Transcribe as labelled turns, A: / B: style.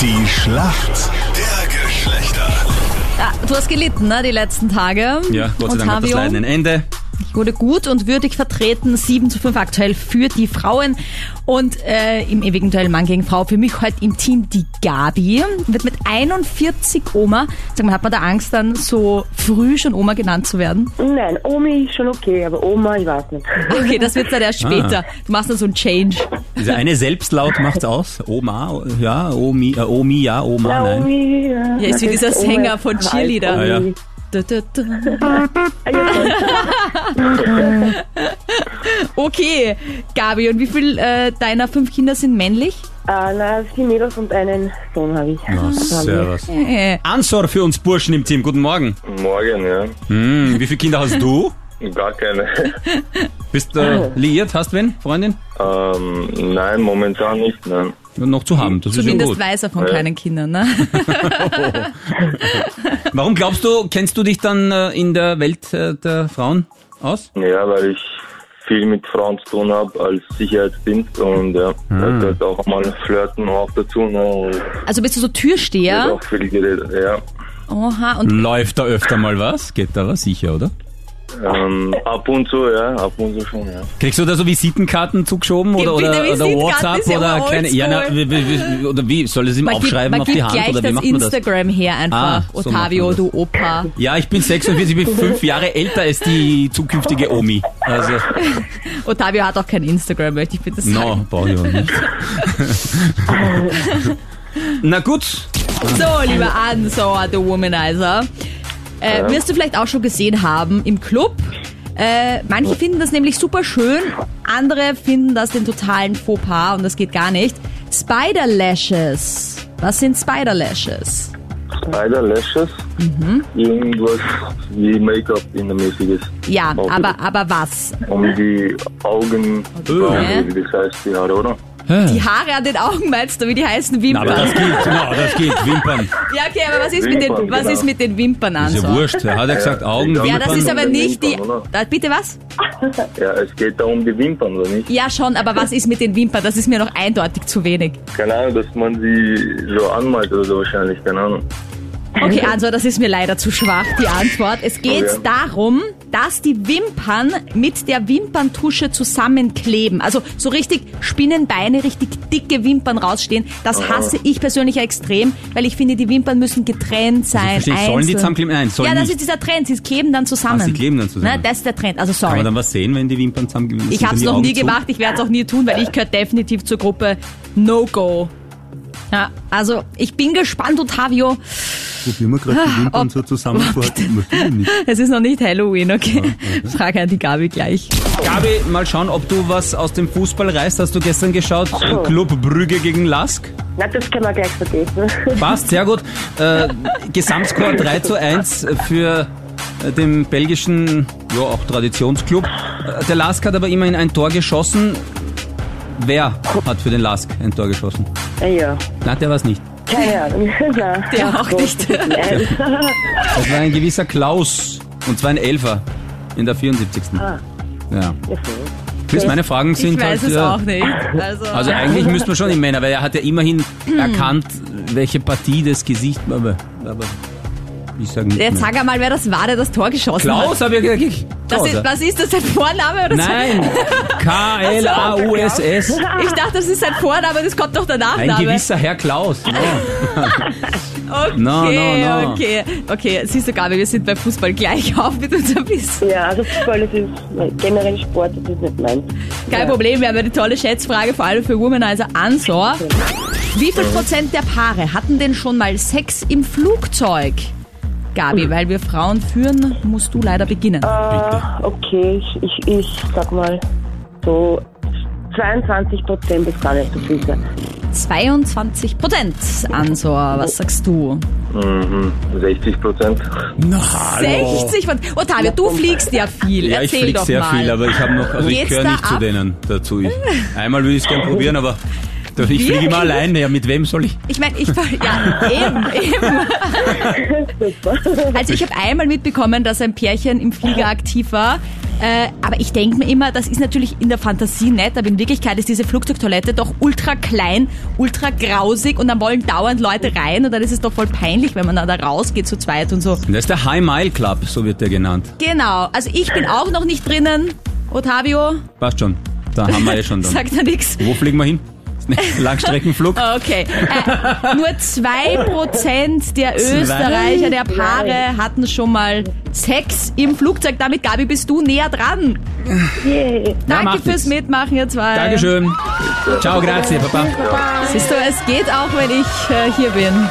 A: Die Schlacht der Geschlechter.
B: Ah, du hast gelitten, ne, die letzten Tage.
C: Ja, Gott sei
B: und
C: Dank hat das
B: Havio
C: Leiden ein Ende.
B: wurde gut und würdig vertreten. 7 zu 5 aktuell für die Frauen. Und äh, im ewigen Duell Mann gegen Frau für mich heute im Team die Gabi. Wird mit 41 Oma. Sag mal, hat man da Angst, dann so früh schon Oma genannt zu werden?
D: Nein, Omi ist schon okay, aber Oma, ich weiß nicht.
B: Okay, das wird dann
C: Ah.
B: erst später. Du machst dann so ein Change.
C: Diese eine Selbstlaut macht's aus. Oma, ja, Omi, äh, Omi, ja, Oma, nein.
D: Omi, ja,
B: Ja, ist wie dieser
D: Oma
B: Sänger
D: ist
B: von
D: alt,
B: Cheerleader.
D: Omi.
C: Ja, ja.
B: Du, du, du. Okay, Gabi, und wie viel äh, deiner fünf Kinder sind männlich?
D: Ah, na, vier Mädels und einen Sohn habe ich.
C: Oh, servus.
B: Äh,
C: Ansor für uns Burschen im Team. Guten Morgen.
E: Morgen, ja.
C: Hm, wie viele Kinder hast du?
E: Gar keine.
C: Bist äh, liiert? Hast wen? Freundin?
E: ähm, nein, momentan nicht, ne. nein.
C: Noch zu haben. Das
B: Zumindest
C: ist ja
B: weiß er von
E: Ja.
B: kleinen Kindern, ne?
C: gut. Warum glaubst du, kennst du dich dann äh, in der Welt äh, der Frauen aus?
E: Ja, weil ich viel mit Frauen zu tun habe als Sicherheitsdienst und ja, da gehört auch mal Flirten auch dazu. Ne? Und
B: Also bist du so
E: wird
B: Türsteher?
E: auch viel geredet, ja.
B: Oha, und
C: Läuft da öfter mal was? Geht da was? Sicher, oder?
E: Ähm, ab und zu, ja, ab und zu schon, ja.
C: Kriegst du da so Visitenkarten zugeschoben oder,
B: Bitte,
C: oder, oder
B: Visitenkarten
C: WhatsApp
B: ist ja
C: oder
B: aber
C: keine? Ja, na,
B: oldschool.
C: wie, wie, wie, oder wie soll es ihm
B: man gibt,
C: aufschreiben
B: man
C: auf
B: gibt
C: die Hand
B: gleich
C: oder wie
B: das
C: macht man das?
B: Instagram her einfach.
C: Ah, so
B: Ottavio,
C: macht
B: du
C: man
B: Opa.
C: Ja, ich bin 46, ich bin fünf Jahre älter als die zukünftige Omi. Also,
B: Ottavio hat auch kein Instagram, möchte ich bitte sagen.
C: no, brauche ich auch nicht. Na gut,
B: So, lieber Ansauer, du Womanizer. Äh, wirst du vielleicht auch schon gesehen haben im Club. Äh, manche finden das nämlich super schön, andere finden das den totalen Fauxpas und das geht gar nicht. Spider Lashes. Was sind Spider Lashes?
E: Spider Lashes, irgendwas wie Make-up in der mäßiges.
B: Ja,
C: Oh,
E: Auch
B: aber, aber was?
E: Um die Augen,
B: Okay.
E: wie das heißt, die Haare, oder?
B: Die Haare an den Augen meinst du, wie die heißen
C: Na,
B: Wimpern?
C: aber das gilt, genau, das gilt, Wimpern.
B: Ja, okay, aber was ist mit den,
E: Wimpern,
B: was
E: genau.
B: ist mit den Wimpern an?
C: Ist ja
B: so?
C: wurscht, er hat ja gesagt Augen,
E: Ja,
B: Ja,
C: Wimpern.
B: das ist aber
E: Wimpern,
B: nicht die.
E: oder?
B: Da, bitte was?
E: Ja, es geht da um die Wimpern, oder nicht?
B: Ja, schon, aber was ist mit den Wimpern? Das ist mir noch eindeutig zu wenig.
E: Keine Ahnung, dass man sie so anmalt oder so wahrscheinlich, keine Ahnung.
B: Okay, also das ist mir leider zu schwach, die Antwort. Es geht
E: Oh ja.
B: darum, dass die Wimpern mit der Wimperntusche zusammenkleben. Also so richtig Spinnenbeine, richtig dicke Wimpern rausstehen. Das hasse ich persönlich ja extrem, weil ich finde, die Wimpern müssen getrennt sein.
C: Also verstehe ich. Sollen die
B: einzeln.
C: zusammenkleben? Nein, sollen
B: Ja, das
C: nicht.
B: ist dieser Trend. Sie kleben dann zusammen.
C: Ah, sie kleben dann zusammen.
B: Ne, das ist der Trend. Also
C: Kann
B: sorry.
C: man dann was sehen, wenn die Wimpern zusammen
B: Ich habe es noch nie gemacht, ich werde es auch nie tun, weil ich gehöre definitiv zur Gruppe No-Go. Ja, also ich bin gespannt, Ottavio.
F: Probieren wir gerade die Wimpern
B: Ob-
F: so zusammenzuhalten. Natürlich nicht.
B: Es ist noch nicht Halloween, okay? Frage an die Gabi gleich.
C: Gabi, mal schauen, ob du was aus dem Fußball reißt. Hast du gestern geschaut? Club Brügge gegen Lask?
D: Na, das können wir gleich vergessen.
C: Passt, sehr gut. Äh, Gesamtscore 3 zu 1 für äh, den belgischen, ja auch Traditionsclub. Äh, Der Lask hat aber immerhin ein Tor geschossen. Wer hat für den Lask ein Tor geschossen?
D: Ah, ja,
C: Nein, der war es nicht.
D: keine Ahnung. Na,
B: Der auch nicht.
D: nein.
C: Das war ein gewisser Klaus. Und zwar ein Elfer in der 74. Ja. Chris, meine Fragen sind
B: Ah. Ich weiß
C: halt,
B: es
C: äh,
B: auch nicht. Also,
C: Also eigentlich müssten wir schon die Männer, weil er hat ja immerhin erkannt, welche Partie das Gesicht war. Aber, aber ich sage nicht
B: jetzt
C: mehr.
B: sag einmal, wer das war, der das Tor geschossen
C: Klaus,
B: hat.
C: habe ich gesagt. ich-
B: Das
C: Klaus,
B: ist,
C: ja.
B: was ist das, sein Vorname oder
C: Nein, K-L-A-U-S-S.
B: so? Ich dachte, das ist sein Vorname, das kommt doch der
C: Ein
B: Nachname.
C: gewisser Herr Klaus. ne? No.
B: Okay,
C: No, no, no.
B: okay. Okay, siehst du, Gabi, wir sind beim Fußball gleich auf mit unserem Wissen.
D: Ja, also Fußball, das ist äh, generell Sport, das ist nicht meins.
B: Kein
D: Ja.
B: Problem, wir haben eine tolle Schätzfrage, vor allem für Womanizer Ansor. Wie viel Prozent der Paare hatten denn schon mal Sex im Flugzeug? Gabi, weil wir Frauen führen, musst du leider beginnen.
D: Ah, okay, ich, ich, ich sag mal so 22 Prozent, das kann nicht so viel sein.
B: 22 Prozent, Ansor, was sagst du?
E: Mhm, 60 Prozent.
C: Na, hallo.
B: 60 von... Otavia, du fliegst ja viel,
C: Ja, ich
B: erzähl
C: flieg
B: doch
C: sehr
B: mal.
C: viel, aber ich habe noch, also ich
B: Geht's
C: gehöre
B: da
C: nicht zu
B: ab?
C: denen dazu. Ich, einmal würde ich es gerne probieren, aber ich fliege
B: Wirklich?
C: immer allein. Ja, mit wem soll ich?
B: Ich meine, ich war, ja, eben, eben. Also ich habe einmal mitbekommen, dass ein Pärchen im Flieger aktiv war. Äh, aber ich denke mir immer, das ist natürlich in der Fantasie nett, aber in Wirklichkeit ist diese Flugzeugtoilette doch ultra klein, ultra grausig und dann wollen dauernd Leute rein und dann ist es doch voll peinlich, wenn man dann da rausgeht zu zweit und so.
C: Das ist der High Mile Club, so wird der genannt.
B: Genau, also ich bin auch noch nicht drinnen. Otavio,
C: Passt schon. Da haben wir eh schon dann.
B: sagt er nichts.
C: Wo fliegen wir hin? Langstreckenflug.
B: Okay. Äh, nur 2% der Österreicher, der Paare hatten schon mal Sex im Flugzeug. Damit, Gabi, bist du näher dran.
D: Yay.
C: Na,
B: Danke
C: macht
B: fürs
C: nichts.
B: Mitmachen, ihr zwei.
C: Dankeschön. Ciao, grazie, Papa.
B: Siehst du, es geht auch, wenn ich äh, hier bin.